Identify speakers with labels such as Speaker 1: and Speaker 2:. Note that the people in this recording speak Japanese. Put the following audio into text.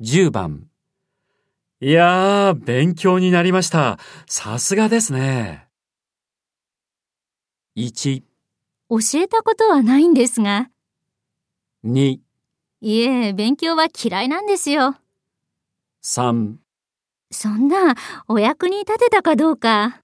Speaker 1: 10番。いやー、勉強になりました。さすがですね。1、
Speaker 2: 教えたことはないんですが、
Speaker 1: 2、
Speaker 2: いえ、勉強は嫌いなんですよ。
Speaker 1: 3
Speaker 2: そんな、お役に立てたかどうか。